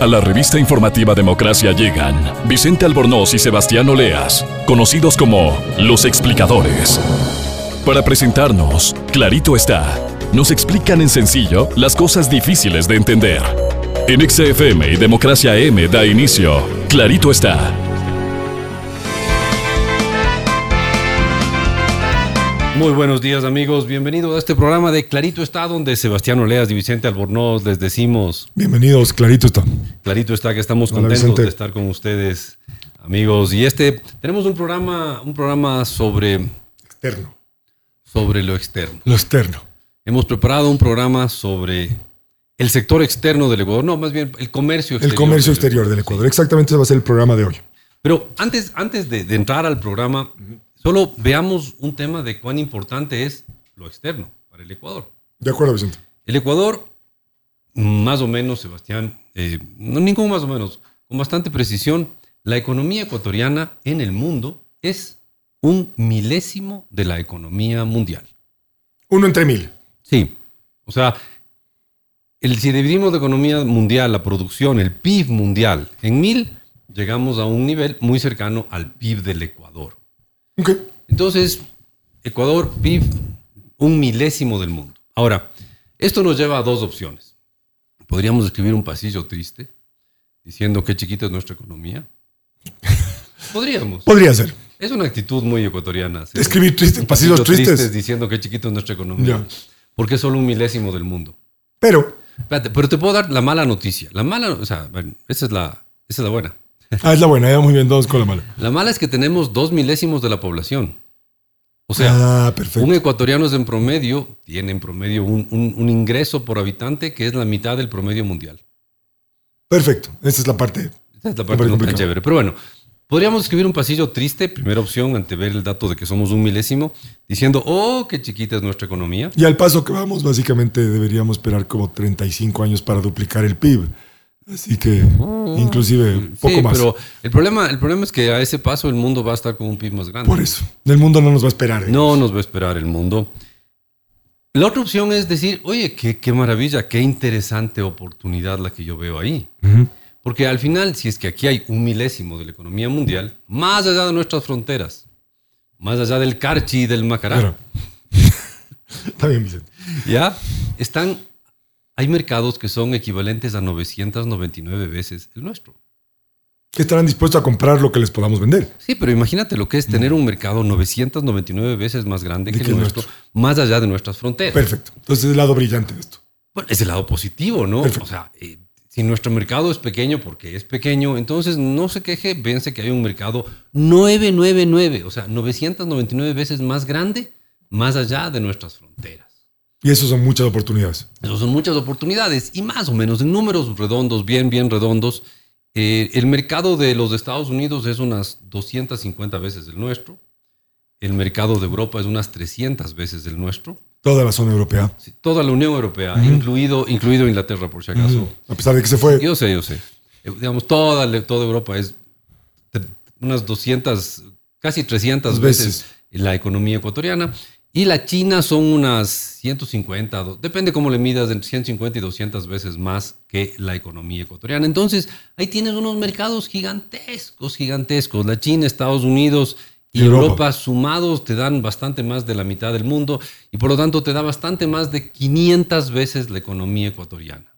A la revista informativa Democracia llegan Vicente Albornoz y Sebastián Oleas, conocidos como los explicadores. Para presentarnos, clarito está, nos explican en sencillo las cosas difíciles de entender. En XFM y Democracia M da inicio, clarito está. Muy buenos días amigos, bienvenidos a este programa de Clarito está donde Sebastián Oleas y Vicente Albornoz les decimos Bienvenidos, clarito está. Clarito está que estamos Hola, contentos Vicente. de estar con ustedes, amigos. Y este tenemos un programa, un programa sobre, Externo. sobre lo externo. Lo externo. Hemos preparado un programa sobre el sector externo del Ecuador, no, más bien el comercio El exterior. comercio del exterior del sí. Ecuador. Exactamente ese va a ser el programa de hoy. Pero antes, antes de, de entrar al programa, solo veamos un tema de cuán importante es lo externo para el Ecuador. De acuerdo, Vicente. El Ecuador, más o menos, Sebastián, eh, no ningún más o menos, con bastante precisión, la economía ecuatoriana en el mundo es un milésimo de la economía mundial. Uno entre mil. Sí. O sea, el, si dividimos la economía mundial, la producción, el PIB mundial en mil, llegamos a un nivel muy cercano al PIB del Ecuador. Ok. Entonces, Ecuador, PIB, un milésimo del mundo. Ahora, esto nos lleva a dos opciones. Podríamos escribir un pasillo triste diciendo qué chiquita es nuestra economía. Podríamos. Podría ser. Es una actitud muy ecuatoriana. ¿sí? Escribir tristes, pasillos tristes. diciendo qué chiquito es nuestra economía. Ya. Porque es solo un milésimo del mundo. Pero, Espérate, pero te puedo dar la mala noticia. La mala, o sea, bueno, esa es la, esa es la buena. ah, es la buena, ya muy bien, vamos con la mala. La mala es que tenemos dos milésimos de la población. O sea, Ah, perfecto. Un ecuatoriano es en promedio, tiene en promedio un, un- un ingreso por habitante que es la mitad del promedio mundial. Perfecto. Esa es la parte. Esa es la Súper parte no tan complicado. chévere. Pero bueno, podríamos escribir un pasillo triste, primera opción, ante ver el dato de que somos un milésimo, diciendo, oh, qué chiquita es nuestra economía. Y al paso que vamos, básicamente deberíamos esperar como 35 años para duplicar el PIB. Así que, inclusive, poco Mm. sí, más. pero el problema, el problema es que a ese paso el mundo va a estar con un PIB más grande. Por eso. El mundo no nos va a esperar. ¿eh? No nos va a esperar el mundo. La otra opción es decir, oye, qué, qué maravilla, qué interesante oportunidad la que yo veo ahí. Ujú. Porque al final, si es que aquí hay un milésimo de la economía mundial, más allá de nuestras fronteras, más allá del Carchi y del Macará, Claro. Está bien, Vicente. ya están, hay mercados que son equivalentes a 999 veces el nuestro. Que estarán dispuestos a comprar lo que les podamos vender. Sí, pero imagínate lo que es tener un mercado 999 veces más grande Mm. ¿De que qué el nuestro, nuestro? más allá de nuestras fronteras. Perfecto. Entonces, es el lado brillante de esto. Bueno, es el lado positivo, ¿no? Perfecto. O sea, eh, si nuestro mercado es pequeño porque es pequeño, entonces no se queje, vence que hay un mercado 999, o sea, 999 veces más grande, más allá de nuestras fronteras. Y eso son muchas oportunidades. Eso son muchas oportunidades y más o menos en números redondos, bien, bien redondos. eh, el mercado de los Estados Unidos es unas 250 veces el nuestro. El mercado de Europa es unas 300 veces el nuestro. Toda la zona europea. Sí, toda la Unión Europea, incluido, incluido Inglaterra, por si acaso. Mm. A pesar de que se fue. Yo sé, yo sé. Eh, Digamos, toda, le- toda Europa es te- unas 200, casi 300 veces. Veces. la economía ecuatoriana. Y la China son unas 150, do- depende cómo le midas, entre 150 y 200 veces más que la economía ecuatoriana. Entonces, ahí tienes unos mercados gigantescos, gigantescos. La China, Estados Unidos y Europa. Europa sumados te dan bastante más de la mitad del mundo y por lo tanto te da bastante más de 500 veces la economía ecuatoriana.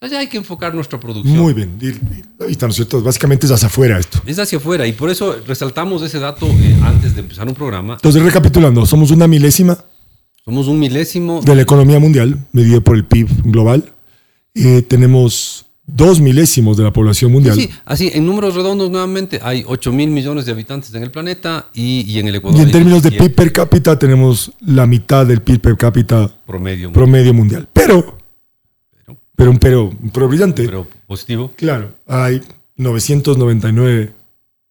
O sea, ya hay que enfocar nuestra producción. Muy bien. Y, y la vista, ¿no es cierto? Básicamente es hacia afuera esto. Es hacia afuera y por eso resaltamos ese dato eh, antes de empezar un programa. Entonces, recapitulando, somos una milésima Somos un milésimo de la economía mundial, medida por el PIB global. Eh, tenemos dos milésimos de la población mundial. Sí, así, en números redondos nuevamente, hay 8 mil millones de habitantes en el planeta y, y en el Ecuador. Y en hay términos de 17 PIB per cápita, tenemos la mitad del PIB per cápita Promedio, promedio mundial. Pero, Pero. pero un pero, un pero brillante. pero positivo. Claro, hay 999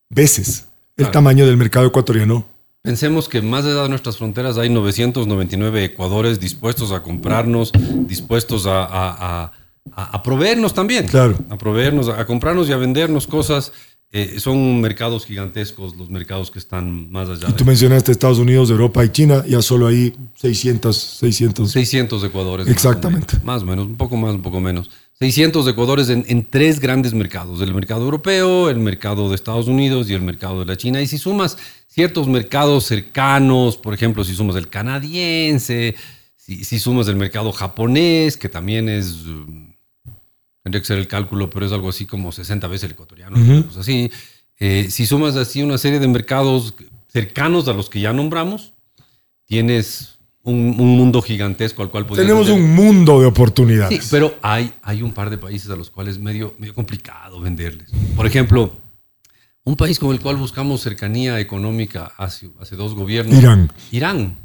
veces el Claro. tamaño del mercado ecuatoriano. Pensemos que más allá de nuestras fronteras hay 999 ecuadores dispuestos a comprarnos, dispuestos a, a- a- a- a proveernos también. Claro. A proveernos, a comprarnos y a vendernos cosas. Eh, son mercados gigantescos los mercados que están más allá Y tú de mencionaste Estados Unidos, Europa y China, ya solo ahí 600, 600. 600 ecuadores. más o menos. Exactamente. Más o menos, un poco más, un poco menos. 600 de Ecuadores en, en tres grandes mercados, el mercado europeo, el mercado de Estados Unidos y el mercado de la China. Y si sumas ciertos mercados cercanos, por ejemplo, si sumas el canadiense, si, si sumas el mercado japonés, que también es, um, tendría que ser el cálculo, pero es algo así como 60 veces el ecuatoriano, Ujú. pues así. Eh, si sumas así una serie de mercados cercanos a los que ya nombramos, tienes un, un mundo gigantesco al cual podrías Tenemos vender. un mundo de Sí, oportunidades. pero hay, hay un par de países a los cuales es medio, medio complicado venderles. Por ejemplo, un país con el cual buscamos cercanía económica hace, hace dos gobiernos. Irán. Irán.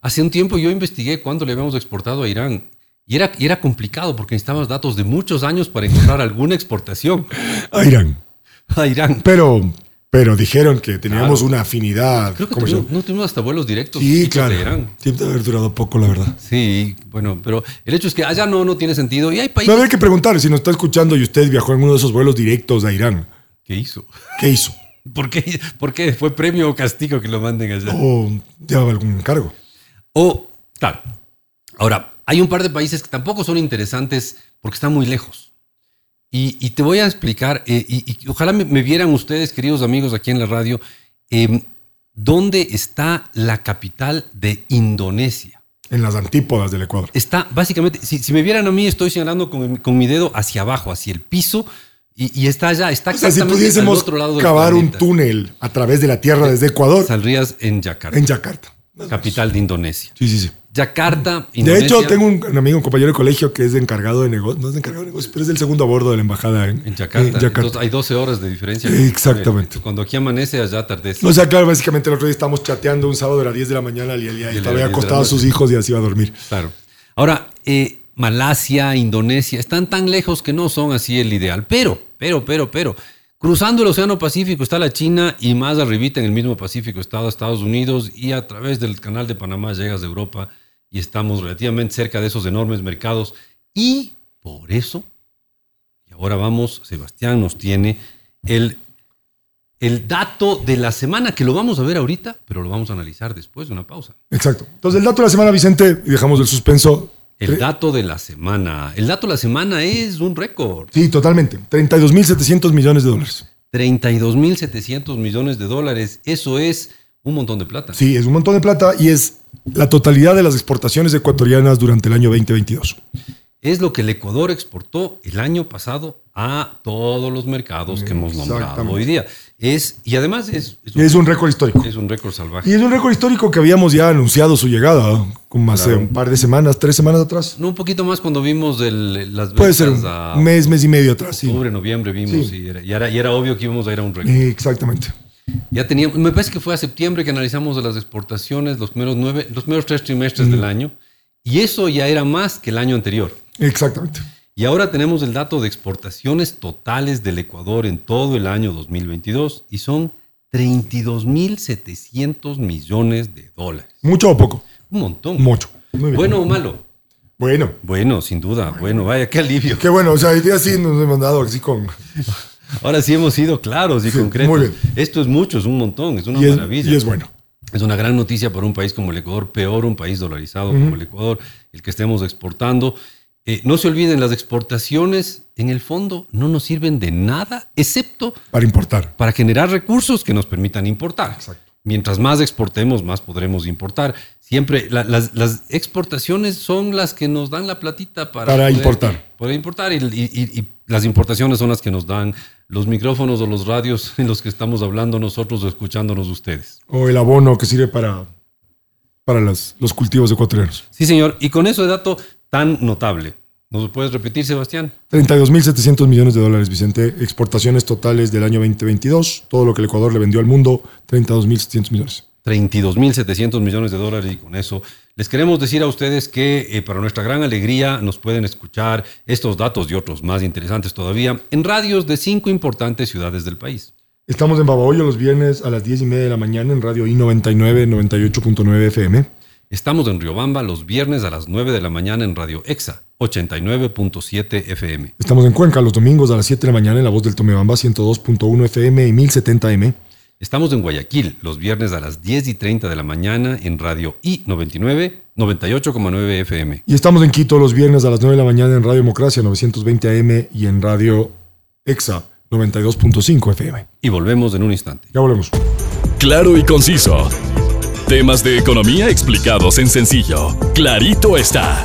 Hace un tiempo yo investigué cuánto le habíamos exportado a Irán. Y era, y era complicado porque necesitábamos datos de muchos años para encontrar alguna exportación A Irán. a Irán. Pero, pero dijeron que teníamos una afinidad Creo que comercial. tuvimos- no tuvimos hasta vuelos directos Sí, hechos claro. de Irán. Tiene que haber durado poco, la verdad. Sí, bueno, pero el hecho es que allá no, no tiene sentido. Y hay Va a países... haber que preguntar si nos está escuchando y usted viajó en uno de esos vuelos directos a Irán. ¿Qué hizo? ¿Qué hizo? ¿Por qué, por qué fue premio o castigo que lo manden allá? ¿O llevaba algún cargo? O, claro. Ahora, hay un par de países que tampoco son interesantes porque están muy lejos. Y, y te voy a explicar, eh, y, y ojalá me, me vieran ustedes, queridos amigos, aquí en la radio, em, dónde está la capital de Indonesia. En las antípodas del Ecuador. Está básicamente, si, si me vieran a mí, estoy señalando con, con mi dedo hacia abajo, hacia el piso, y, y está allá, está O sea, si exactamente al pudiésemos otro lado del cavar un planeta. túnel a través de la tierra desde Ecuador, Saldrías en Yakarta, en Yakarta. capital de Indonesia. Sí, sí, sí. Yakarta, De Indonesia. hecho, tengo un, un amigo, un compañero de colegio que es de encargado de negocios, no es de encargado de negocios, pero es del segundo a bordo de la embajada en, En Yakarta. en Yakarta. Entonces, hay 12 horas de diferencia. Exactamente. Cuando aquí amanece, allá atardece. O sea, claro, básicamente el otro día estábamos chateando un sábado a las 10 de la mañana y él ya Y a las 10 estaba de la acostado a sus hijos y así iba a dormir. Claro. Ahora, eh, Malasia, Indonesia, están tan lejos que no son así el ideal. Pero, pero, pero, pero, cruzando el Océano Pacífico está la China y más arribita en el mismo Pacífico está Estados Unidos y a través del canal de Panamá llegas a Europa y estamos relativamente cerca de esos enormes mercados. Y por eso, y ahora vamos, Sebastián nos tiene el, el dato de la semana que lo vamos a ver ahorita, pero lo vamos a analizar después de una pausa. Exacto. Entonces, el dato de la semana, Vicente, y dejamos el suspenso. El dato de la semana. El dato de la semana es un récord. Sí, totalmente. 32.700 millones de dólares. 32.700 millones de dólares. Eso es un montón de plata. Sí, es un montón de plata y es la totalidad de las exportaciones ecuatorianas durante el año 2022. Es lo que el Ecuador exportó el año pasado a todos los mercados que hemos nombrado Exactamente. hoy día. Es, y además es, es un, Es un récord histórico. es un récord salvaje. Y es un récord histórico que habíamos ya anunciado su llegada, ¿no? como hace Claro. un par de semanas, tres semanas atrás. No, un poquito más cuando vimos el- las Puede ventas ser un a mes, mes y medio atrás, sí. octubre, noviembre vimos Sí. y, era, y era- y era obvio que íbamos a ir a un récord. Eh, Exactamente. Ya teníamos, me parece que fue a septiembre que analizamos de las exportaciones los primeros nueve, los primeros tres trimestres Mm. del año, y eso ya era más que el año anterior. Exactamente. Y ahora tenemos el dato de exportaciones totales del Ecuador en todo el año 2022 y son 32.700 millones de dólares. ¿Mucho o poco? Un montón. Mucho. Muy bien. Bueno o malo. Bueno. Bueno, sin duda. Bueno, vaya, qué alivio. Qué bueno, o sea, el día sí nos hemos mandado así con... Ahora sí hemos sido claros y Sí, concretos. muy bien. Esto es mucho, es un montón, es una y, es, maravilla. y es bueno. Es una gran noticia para un país como el Ecuador, peor un país dolarizado como el Ecuador, el que estemos exportando. Eh, no se olviden, las exportaciones en el fondo no nos sirven de nada, excepto Para importar. para generar recursos que nos permitan importar. Mientras más exportemos, más podremos importar. Siempre la- las, las exportaciones son las que nos dan la platita para, Para importar. Para importar y, y- y- y las importaciones son las que nos dan los micrófonos o los radios en los que estamos hablando nosotros o escuchándonos ustedes. O el abono que sirve para, para las- los cultivos ecuatorianos. Sí, señor. Y con ese dato tan notable, ¿nos lo puedes repetir, Sebastián? 32.700 millones de dólares, Vicente. Exportaciones totales del año 2022. Todo lo que el Ecuador le vendió al mundo, 32.700 millones. 32.700 millones de dólares y con eso les queremos decir a ustedes que eh, para nuestra gran alegría nos pueden escuchar estos datos y otros más interesantes todavía en radios de cinco importantes ciudades del país. Estamos en Babahoyo los viernes a las 10 y media de la mañana en Radio I99, 98.9 FM. Estamos en Riobamba los viernes a las 9 de la mañana en Radio EXA 89.7 FM. Estamos en Cuenca los domingos a las 7 de la mañana en La Voz del Tomebamba, 102.1 FM y 1070 M. Estamos en Guayaquil los viernes a las 10 y 30 de la mañana en Radio I99, 98,9 FM. Y estamos en Quito los viernes a las 9 de la mañana en Radio Democracia 920 AM y en Radio EXA 92.5 FM. Y volvemos en un instante. Ya volvemos. Claro y conciso. Temas de economía explicados en sencillo. Clarito está.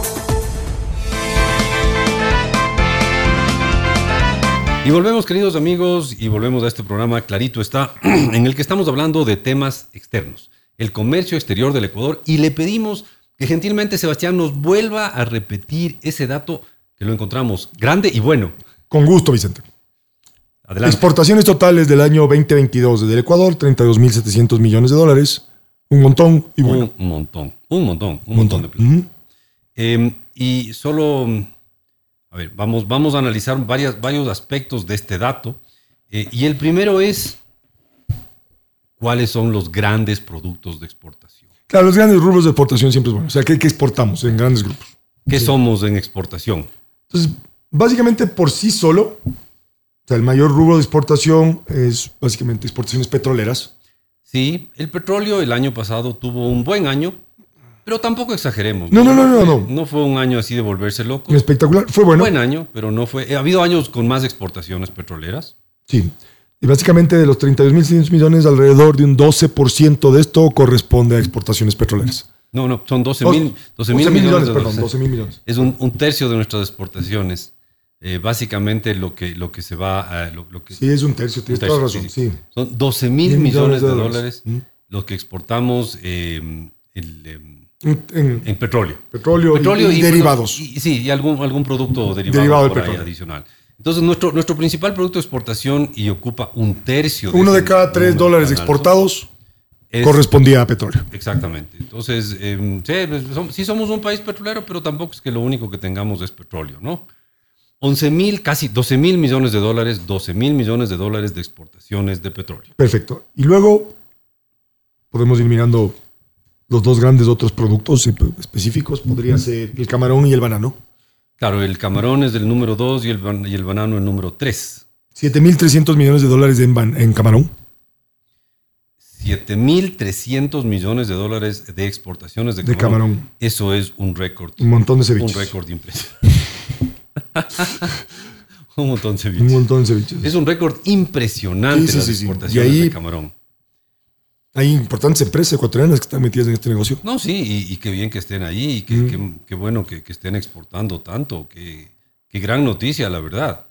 Y volvemos, queridos amigos, y volvemos a este programa Clarito está, en el que estamos hablando de temas externos, el comercio exterior del Ecuador, y le pedimos que gentilmente Sebastián nos vuelva a repetir ese dato que lo encontramos grande y bueno. Con gusto, Vicente. Adelante. Exportaciones totales del año 2022 desde el Ecuador, 32.700 millones de dólares. Un montón y bueno. Un montón, un montón, un montón, de plata. Ujú. Eh, y solo, mm, a ver, vamos, vamos a analizar varias, varios aspectos de este dato. Eh, y el primero es, ¿cuáles son los grandes productos de exportación? Claro, los grandes rubros de exportación siempre es bueno. O sea, ¿qué, qué exportamos en grandes grupos? ¿Qué somos en exportación? Entonces, básicamente por sí solo, o sea, el mayor rubro de exportación es básicamente exportaciones petroleras. Sí, el petróleo el año pasado tuvo un buen año, pero tampoco exageremos. No, no, no, no, no. No fue un año así de volverse loco. Espectacular. Fue bueno. Buen año, pero no fue. eh, Ha habido años con más exportaciones petroleras. Sí. Y básicamente de los 32.600 millones, alrededor de un 12% de esto corresponde a exportaciones petroleras. No, no, son 12 Dos- mil 12 mil 12 millones, de perdón, dólares. 12 mil millones. Es un, un tercio de nuestras exportaciones. Eh, básicamente lo que, lo que se va a... Lo, lo que, Sí, es un tercio, tienes Un toda la tercio, razón. Sí. Son 12 mil millones de dólares Mm. lo que exportamos eh, el, eh, En, en en petróleo. petróleo, y- y, y- derivados. y- sí, y algún, algún producto derivado, Derivado del por ahí petróleo. adicional. Entonces, nuestro, nuestro principal producto de exportación y ocupa un tercio. Uno de ese cada tres número dólares tan alto exportados es- correspondía a petróleo. Exactamente. Entonces, eh, sí, pues, som- sí somos un país petrolero, pero tampoco es que lo único que tengamos es petróleo, ¿no? 11 mil, casi 12 mil millones de dólares, 12 mil millones de dólares de exportaciones de petróleo. Perfecto. Y luego podemos ir mirando los dos grandes otros productos espe- específicos. Podría ser el camarón y el banano. Claro, el camarón es el número 2 y el, ban- y el banano el número 3. 7.300 millones de dólares en, ban- en camarón. 7.300 millones de dólares de exportaciones de De camarón. camarón. Eso es un récord. Un montón de Un ceviches. récord impresionante. un montón de Un ceviches. montón de ceviches. Es un récord impresionante Sí, sí, las sí, sí. Y exportaciones ahí- de camarón. Hay importantes empresas ecuatorianas que están metidas en este negocio. Mm. No, sí, y, y qué bien que estén ahí, y qué, qué- qué bueno que, que estén exportando tanto, qué, qué gran noticia, la verdad.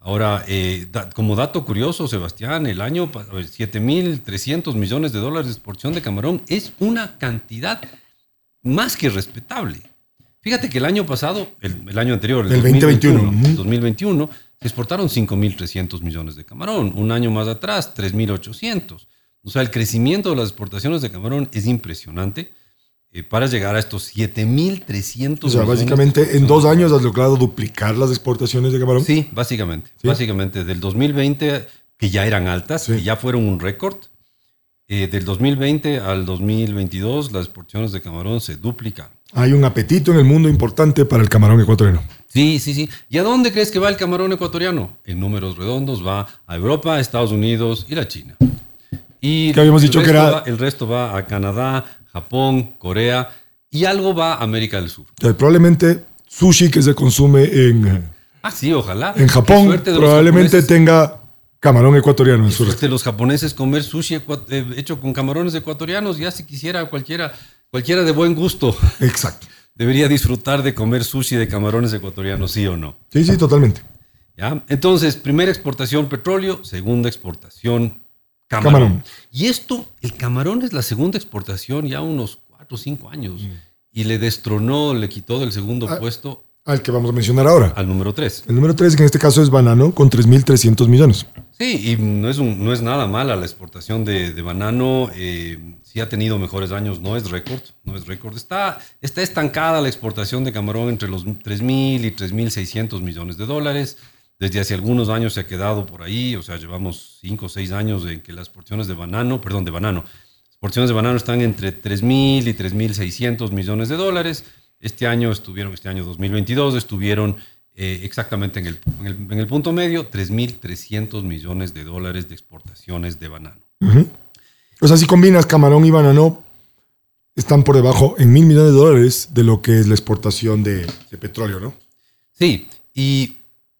Ahora, eh, da- como dato curioso, Sebastián, el año, pa- a ver, 7.300 millones de dólares de exportación de camarón es una cantidad más que respetable. Fíjate que el año pasado, el, el año anterior, El 2021, ujú. 2021, se exportaron 5.300 millones de camarón. Un año más atrás, 3.800. O sea, el crecimiento de las exportaciones de camarón es impresionante eh, para llegar a estos 7.300 O sea, millones de básicamente en exportaciones. dos años has logrado duplicar las exportaciones de camarón. Sí, básicamente. Sí. Básicamente, del 2020, que ya eran altas, Sí. que ya fueron un récord, eh, del 2020 al 2022, las exportaciones de camarón se duplicaron. Hay un apetito en el mundo importante para el camarón ecuatoriano. Sí, sí, sí. ¿Y a dónde crees que va el camarón ecuatoriano? En números redondos va a Europa, a Estados Unidos y la China. Y Que habíamos el dicho que resto era- va- el resto va a Canadá, Japón, Corea y algo va a América del Sur. O sea, probablemente sushi que se consume en, eh, Ah, sí, ojalá. en Qué Japón suerte de los probablemente japoneses. tenga camarón ecuatoriano en su Suerte los japoneses comer sushi ecua- eh, hecho con camarones ecuatorianos. Ya si quisiera cualquiera, cualquiera de buen gusto Exacto. debería disfrutar de comer sushi de camarones ecuatorianos, sí o no. Sí, sí, totalmente. ¿Ya? Entonces, primera exportación petróleo, segunda exportación camarón. Camarón. Y esto, el camarón es la segunda exportación ya unos 4 o 5 años. Y le destronó, le quitó del segundo Mm. Ah. puesto Al que vamos a mencionar ahora. al número 3. El número 3, que en este caso es banano, con 3.300 millones. Sí, y no es, un- no es nada mala la exportación de, de banano. eh, sí ha tenido mejores años, no es récord, no es récord. Está, está estancada la exportación de camarón entre los 3.000 y 3.600 millones de dólares. Desde hace algunos años se ha quedado por ahí, o sea, llevamos 5 o 6 años en que las exportaciones de banano, perdón, de banano, las exportaciones de banano están entre 3.000 y 3.600 millones de dólares. Este año estuvieron, este año 2022, estuvieron eh, exactamente en el, en el- en el punto medio, 3.300 millones de dólares de exportaciones de banano. Ujú. O sea, si combinas camarón y banano, están por debajo en mil millones de dólares de lo que es la exportación de, de petróleo, ¿no? Sí, y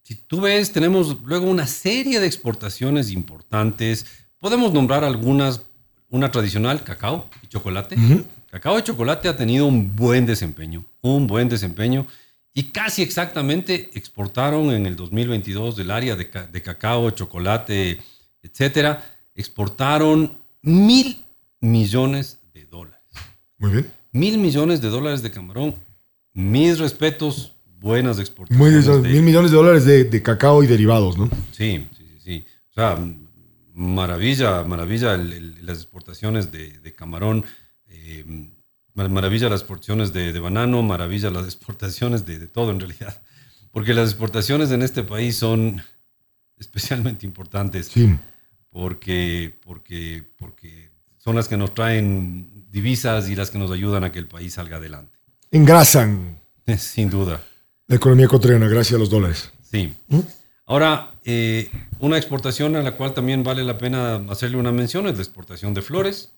si tú ves, tenemos luego una serie de exportaciones importantes. Podemos nombrar algunas, una tradicional, cacao y chocolate. Ujú. Cacao y chocolate ha tenido un buen desempeño, un buen desempeño. Y casi exactamente exportaron en el 2022 del área de, ca- de cacao, chocolate, etcétera, exportaron mil millones de dólares. Muy bien. Mil millones de dólares de camarón. Mis respetos, buenas exportaciones. Muy bien, son de- mil millones de dólares de, de cacao y derivados, ¿no? Sí, sí, sí, sí. O sea, m- maravilla, maravilla el- el- las exportaciones de, de camarón, eh, mar- maravilla las exportaciones de, de banano, maravilla las exportaciones de, de todo en realidad. Porque las exportaciones en este país son especialmente importantes Sí. porque, porque, porque son las que nos traen divisas y las que nos ayudan a que el país salga adelante. Engrasan Sin duda. la economía ecuatoriana gracias a los dólares. Sí. ¿Mm? Ahora, eh, una exportación a la cual también vale la pena hacerle una mención es la exportación de flores.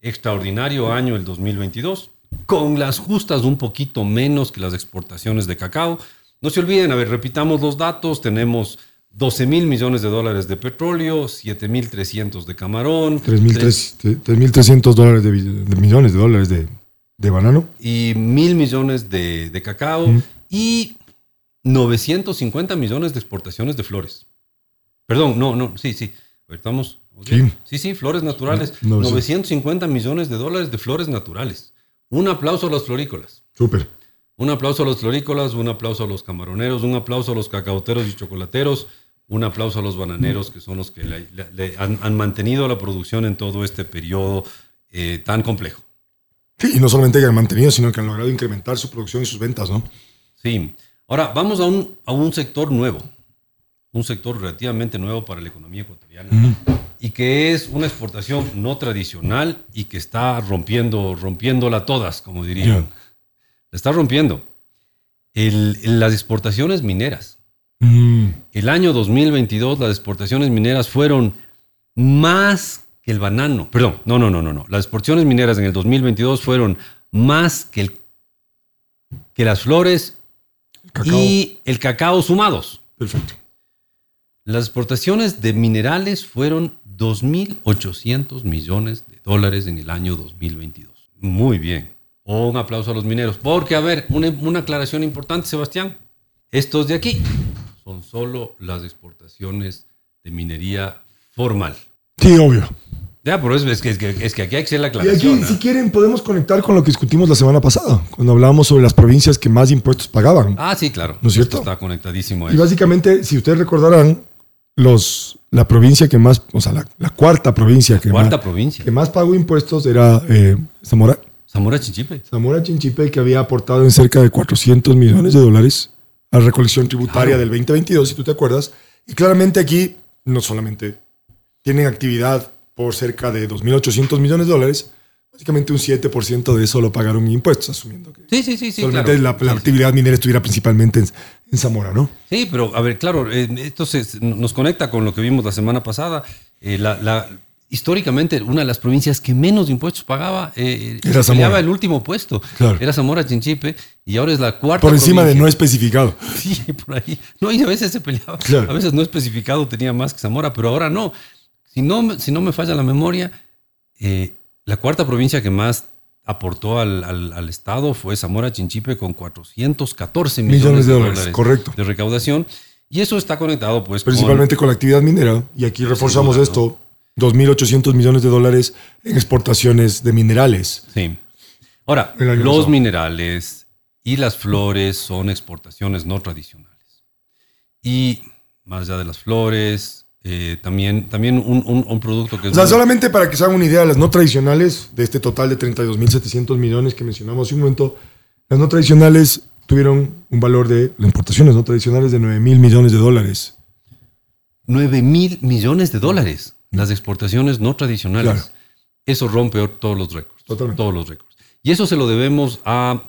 Extraordinario año el 2022, con las justas un poquito menos que las exportaciones de cacao. No se olviden, a ver, repitamos los datos, tenemos 12 mil millones de dólares de petróleo, 7 mil 300 de camarón, 3.300 dólares de, bill- de millones de dólares de, de banano. y mil millones de, de cacao Mm. y 950 millones de exportaciones de flores. Perdón, no, no, sí, sí. A ver, estamos. estamos Sí. bien. Sí, sí, flores naturales. No, sí. 950 millones de dólares de flores naturales. Un aplauso a los florícolas. Súper. Un aplauso a los florícolas, un aplauso a los camaroneros, un aplauso a los cacauteros y chocolateros, un aplauso a los bananeros, que son los que le- le- le han, han mantenido la producción en todo este periodo eh, tan complejo. Sí, y no solamente que han mantenido, sino que han logrado incrementar su producción y sus ventas, ¿no? Sí. Ahora, vamos a un, a un sector nuevo, un sector relativamente nuevo para la economía ecuatoriana, Mm, y que es una exportación no tradicional y que está rompiendo, rompiéndola todas, como dirían. Ya. La está rompiendo. El- las exportaciones mineras. Mm. El año 2022 las exportaciones mineras fueron más que el banano. Perdón, no, no, no, no, no. Las exportaciones mineras en el 2022 fueron más que, el, que las flores El cacao. y el cacao sumados. Perfecto. Las exportaciones de minerales fueron 2.800 millones de dólares en el año 2022. Muy bien. Un aplauso a los mineros. Porque, a ver, una, una aclaración importante, Sebastián. Estos de aquí son solo las exportaciones de minería formal. Sí, obvio. Ya, pero es, es que, es, que, es que aquí hay que hacer la Y aclaración. aquí, ¿ah? si quieren, podemos conectar con lo que discutimos la semana pasada, cuando hablábamos sobre las provincias que más impuestos pagaban. Ah, pues. sí, claro. ¿No es cierto? Esto Está conectadísimo ¿eh? a Y eso. básicamente, si ustedes recordarán, los, la provincia que más, o sea, la, la cuarta provincia que, Cuarta más, provincia. que más pagó impuestos era eh, Zamora. Zamora Chinchipe. Zamora Chinchipe, que había aportado en cerca de 400 millones de dólares a la recolección tributaria Claro. del 2022, si tú te acuerdas. Y claramente aquí no solamente tienen actividad por cerca de 2.800 millones de dólares, básicamente un 7% de eso lo pagaron en impuestos, asumiendo que Sí, sí, sí, sí. solamente claro. la, la Sí, sí. actividad minera estuviera principalmente en, en Zamora, ¿no? Sí, pero a ver, claro, eh, esto se- se- nos conecta con lo que vimos la semana pasada. Eh, la, la- históricamente, una de las provincias que menos impuestos pagaba eh, Era se peleaba Zamora. el último puesto. Claro. Era Zamora Chinchipe y ahora es la cuarta. Por encima de no provincia. especificado. Sí, por ahí. No, y a veces se peleaba. Claro. A veces no especificado tenía más que Zamora, pero ahora no. Si no, me- si no me falla la memoria, eh, la cuarta provincia que más aportó al, al- al Estado fue Zamora Chinchipe con 414 millones, Millones de dólares, correcto. de recaudación. Y eso está conectado, pues, con- Principalmente con la actividad minera, y aquí reforzamos duda, ¿no? esto, 2.800 millones de dólares en exportaciones de minerales. Sí. Ahora, El año los pasado. minerales y las flores son exportaciones no tradicionales. Y más allá de las flores, eh, también, también un, un- un producto que es... O sea, muy- solamente para que se hagan una idea, las no tradicionales, de este total de 32.700 millones que mencionamos hace un momento, las no tradicionales tuvieron un valor de, las importaciones no tradicionales de 9.000 millones de dólares. 9 mil millones de dólares las exportaciones no tradicionales. Mm. Claro. Eso rompe todos los récords. Totalmente. Todos los récords. Y eso se lo debemos a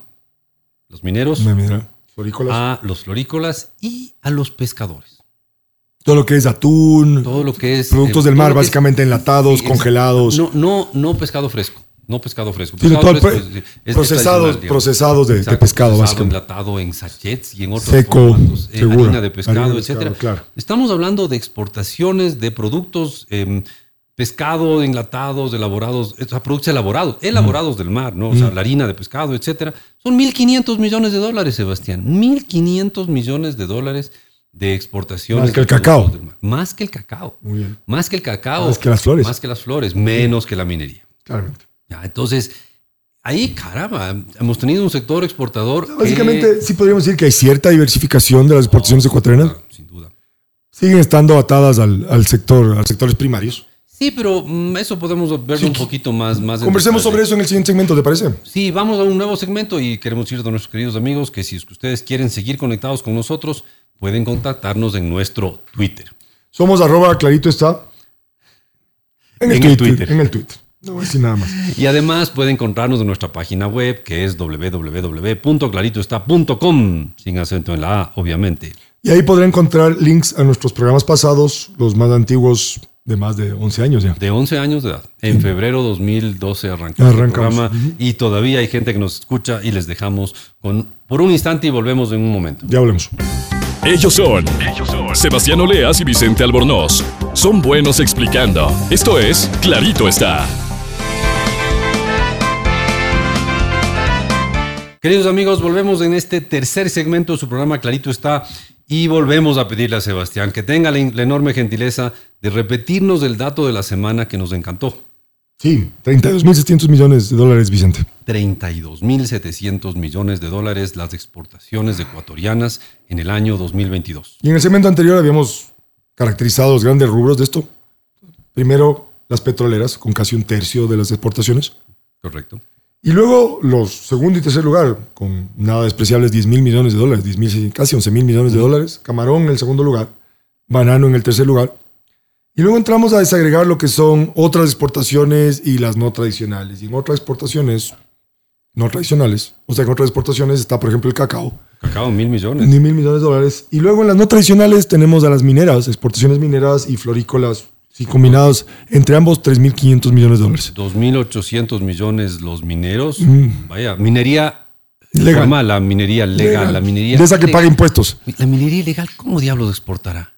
los mineros, Ah. Una minera. Florícolas. a los florícolas y a los pescadores. Todo lo que es atún, Todo lo que es... productos eh, del todo mar, lo que es- básicamente enlatados, Sí, es- congelados, No, no, no pescado fresco. No pescado fresco. Sí, de Pescado todo el fresco pre- es- es procesados, tradicional, digamos. procesados de- de, Exacto, pescado, procesado, básicamente. enlatado en sachets y en otros Seco, formatos, eh, seguro. harina de pescado, Harina de pescado, etcétera. claro. Estamos hablando de exportaciones de productos eh, pescado enlatados, elaborados, o sea, productos elaborados, elaborados del mar, ¿no? O sea, la harina de pescado, etcétera. Son 1.500 millones de dólares, Sebastián. 1.500 millones de dólares de exportaciones. Más que de el cacao. productos del mar. Más que el cacao. Muy bien, Más que el cacao. Más que las flores. Más que las flores. Menos que la minería. claramente. Ya, entonces, ahí, caramba, hemos tenido un sector exportador. que- Básicamente, sí podríamos decir que hay cierta diversificación de las exportaciones Oh, ecuatorianas. claro, sin duda. Siguen estando atadas al, al sector, a sectores primarios. Sí, pero mm, eso podemos verlo Sí, un poquito más. más en Conversemos detalle. sobre eso en el siguiente segmento, ¿te parece? Sí, vamos a un nuevo segmento y queremos ir a nuestros queridos amigos que si es que ustedes quieren seguir conectados con nosotros, pueden contactarnos en nuestro Twitter. Somos arroba clarito está. En el, En el Twitter, Twitter. En el Twitter. No voy a decir nada más. Y además pueden encontrarnos en nuestra página web que es www.claritoestá.com, sin acento en la A, obviamente. Y ahí podrá encontrar links a nuestros programas pasados, los más antiguos de más de 11 años ya. de 11 años de edad. En febrero 2012 arrancamos, el Arrancamos, programa ujú. y todavía hay gente que nos escucha y les dejamos con por un instante y volvemos en un momento. Ya hablemos. Ellos son Sebastián Oleas y Vicente Albornoz. Son buenos explicando. Esto es Clarito está. Queridos amigos, volvemos en este tercer segmento de su programa Clarito está y volvemos a pedirle a Sebastián que tenga la, la enorme gentileza de repetirnos el dato de la semana que nos encantó. Sí, 32.600 millones de dólares, Vicente. 32.700 millones de dólares las exportaciones ecuatorianas en el año 2022. Y en el segmento anterior habíamos caracterizado los grandes rubros de esto. Primero, las petroleras, con casi un tercio de las exportaciones. ¿Correcto? Y luego los segundo y tercer lugar, con nada despreciables, 10 mil millones de dólares, 10 mil, casi 11 mil millones de dólares. Camarón en el segundo lugar, banano en el tercer lugar. Y luego entramos a desagregar lo que son otras exportaciones y las no tradicionales. Y en otras exportaciones no tradicionales, o sea, en otras exportaciones está, por ejemplo, el cacao, Cacao, mil millones. 10 mil millones de dólares. Y luego en las no tradicionales tenemos a las mineras, exportaciones mineras y florícolas, si combinados entre ambos, 3.500 millones de dólares. Mm, 2.800 millones los mineros. Vaya, minería Legal. formal, la minería legal, la minería... De esa que legal. paga impuestos. La minería ilegal, ¿cómo diablos exportará?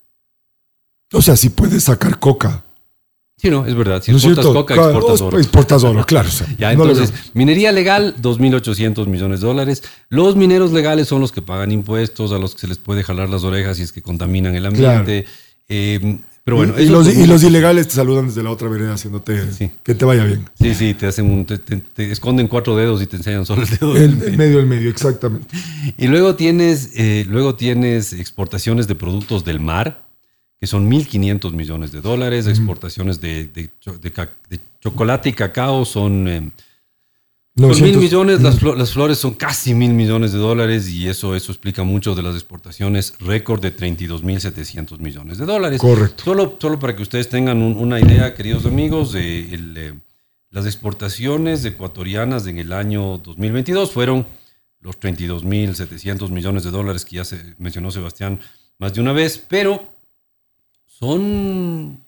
O sea, si puedes sacar coca. Sí, no, es verdad. Si ¿No es exportas cierto? coca, Claro, exportas os- oro. Exportas oro, claro. o sea, Ya, no le entonces, veo. minería legal, 2.800 millones de dólares. Los mineros legales son los que pagan impuestos, a los que se les puede jalar las orejas si es que contaminan el ambiente. Eh, pero bueno, y, y eso los, por y un- los ilegales te saludan desde la otra vereda haciéndote Sí. que te vaya bien. Sí, sí, te, hacen un- te- te- te esconden cuatro dedos y te enseñan solo el dedo. El, el medio, el medio, exactamente. Y luego tienes, eh, luego tienes exportaciones de productos del mar, que son 1.500 millones de dólares, exportaciones de, de cho- de ca- de chocolate y cacao son... eh, son 900. mil millones, las, flo- las flores son casi mil millones de dólares y eso, eso explica mucho de las exportaciones récord de 32.700 millones de dólares. Correcto. Solo, solo para que ustedes tengan un- una idea, queridos amigos, de el, eh, las exportaciones ecuatorianas en el año 2022 fueron los 32.700 millones de dólares que ya se mencionó Sebastián más de una vez, pero son,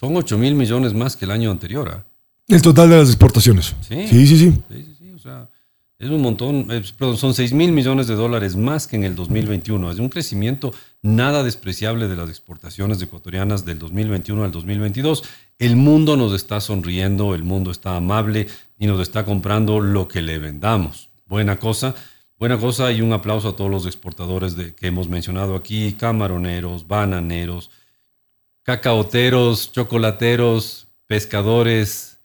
son 8 mil millones más que el año anterior. ¿ah? El total de las exportaciones. Sí. Sí, sí, sí. Sí, sí, sí, o sea, es un montón, eh, perdón, son 6 mil millones de dólares más que en el 2021. Es un crecimiento nada despreciable de las exportaciones ecuatorianas del 2021 al 2022. El mundo nos está sonriendo, el mundo está amable y nos está comprando lo que le vendamos. Buena cosa. Buena cosa y un aplauso a todos los exportadores de, que hemos mencionado aquí, camaroneros, bananeros, cacaoteros, chocolateros, pescadores,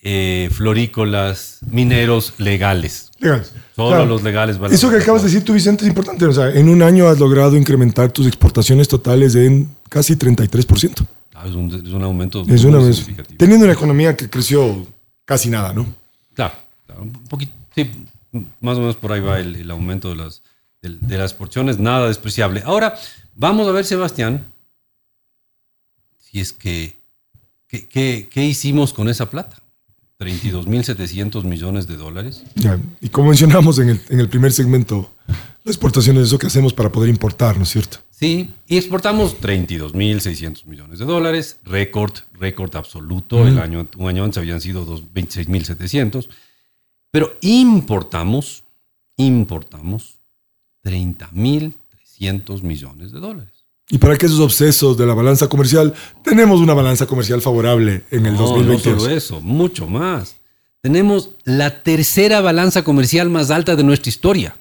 eh, florícolas, mineros legales. Legal. Solo Claro. los legales van a Eso que sacar acabas de todo. decir tú, Vicente, es importante. O sea, en un año has logrado incrementar tus exportaciones totales en casi 33%. Claro, Ah, es, un, es un aumento Es una muy vez. significativo. Teniendo una economía que creció casi nada, ¿no? Claro, claro, un poquito, sí, más o menos por ahí va el, el aumento de las, del- de las porciones, nada despreciable. Ahora, vamos a ver, Sebastián, si es que, ¿qué, qué, qué hicimos con esa plata? 32.700 millones de dólares. Ya, Y como mencionamos en el, en el primer segmento, la exportación es eso que hacemos para poder importar, ¿no es cierto? Sí, y exportamos 32.600 millones de dólares, récord, récord absoluto. El año, un año antes habían sido dos- 26.700. Pero importamos, importamos 30.300 millones de dólares. Y para que esos obsesos de la balanza comercial, tenemos una balanza comercial favorable en el no, 2022. No solo eso, mucho más. Tenemos la tercera balanza comercial más alta de nuestra historia.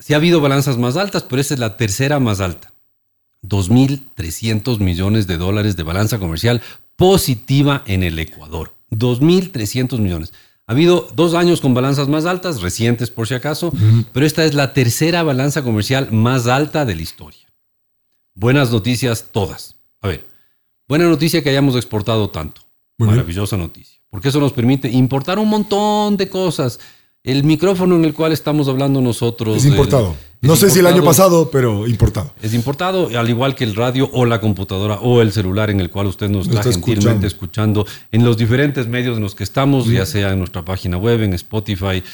Sí ha habido balanzas más altas, pero esta es la tercera más alta. 2.300 millones de dólares de balanza comercial positiva en el Ecuador. 2.300 millones. Ha habido dos años con balanzas más altas, recientes por si acaso, pero esta es la tercera balanza comercial más alta de la historia. Buenas noticias todas. A ver, buena noticia que hayamos exportado tanto. Muy bien. Maravillosa noticia. Porque eso nos permite importar un montón de cosas. El micrófono en el cual estamos hablando nosotros. Es del- importado. es No sé si el año importado. pasado, pero importado. Es importado, al igual que el radio o la computadora o el celular en el cual usted nos Nos está, está gentilmente escuchando. en los diferentes medios en los que estamos, ya sea en nuestra página web, en Spotify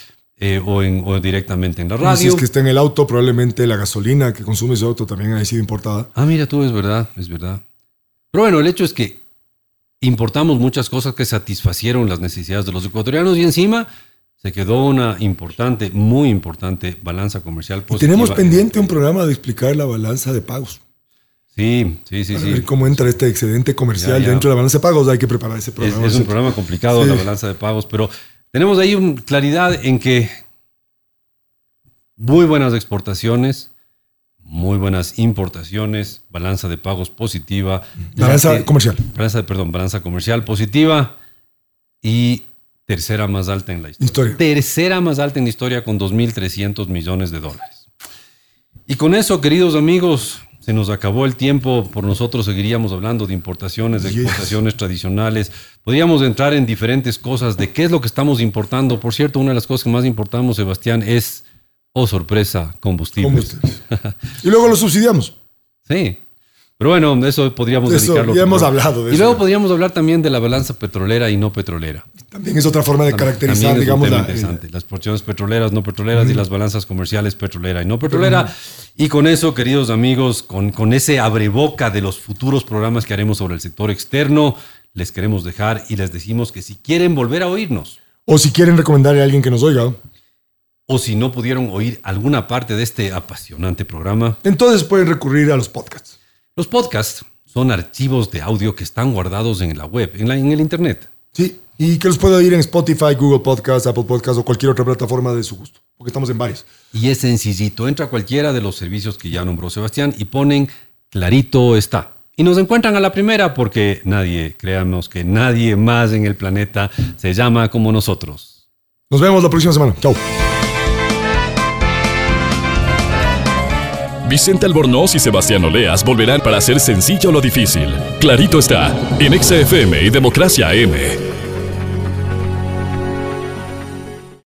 eh, o, en- o directamente en la Y Si radio. es que está en el auto, probablemente la gasolina que consume ese auto también haya sido importada. Ah, mira tú, es verdad, es verdad. Pero bueno, el hecho es que importamos muchas cosas que satisfacieron las necesidades de los ecuatorianos y encima se quedó una importante, muy importante balanza comercial. Y positiva. eh. tenemos pendiente un programa de explicar la balanza de pagos. Sí, sí, sí, Para sí. ver cómo entra este excedente comercial Ya, ya. dentro de la balanza de pagos. Hay que preparar ese Es, programa. es un ¿cierto? programa complicado, Sí. la balanza de pagos, pero tenemos ahí un- claridad en que muy buenas exportaciones, muy buenas importaciones, balanza de pagos positiva. Mm. balanza eh, comercial. balanza, perdón, balanza comercial positiva y tercera más alta en la historia. Historia. Tercera más alta en la historia con 2.300 millones de dólares. Y con eso, queridos amigos, se nos acabó el tiempo. Por nosotros seguiríamos hablando de importaciones, de Yes. exportaciones tradicionales. Podríamos entrar en diferentes cosas de qué es lo que estamos importando. Por cierto, una de las cosas que más importamos, Sebastián, es, oh sorpresa, combustibles. Combustibles. y luego lo subsidiamos. Sí. Pero bueno, eso podríamos Eso, dedicarlo. ya otro hemos programa. hablado de Y eso. luego podríamos hablar también de la balanza petrolera y no petrolera. También es otra forma de También- caracterizar, también es un digamos, tema la, eh, interesante. las porciones petroleras, no petroleras y las balanzas comerciales petrolera y no petrolera. Y con eso, queridos amigos, con, con ese abreboca de los futuros programas que haremos sobre el sector externo, les queremos dejar y les decimos que si quieren volver a oírnos O si quieren recomendarle a alguien que nos oiga. o si no pudieron oír alguna parte de este apasionante programa, Entonces pueden recurrir a los podcasts. los podcasts son archivos de audio que están guardados en la web, en, la- en el Internet. Sí. Y que los pueda oír en Spotify, Google Podcast, Apple Podcast o cualquier otra plataforma de su gusto. Porque estamos en varias. Y es sencillito. Entra a cualquiera de los servicios que ya nombró Sebastián y ponen clarito está. Y nos encuentran a la primera porque nadie, créanos que nadie más en el planeta se llama como nosotros. Nos vemos la próxima semana. Chao. Vicente Albornoz y Sebastián Oleas volverán para hacer sencillo lo difícil. Clarito está en XFM y Democracia M.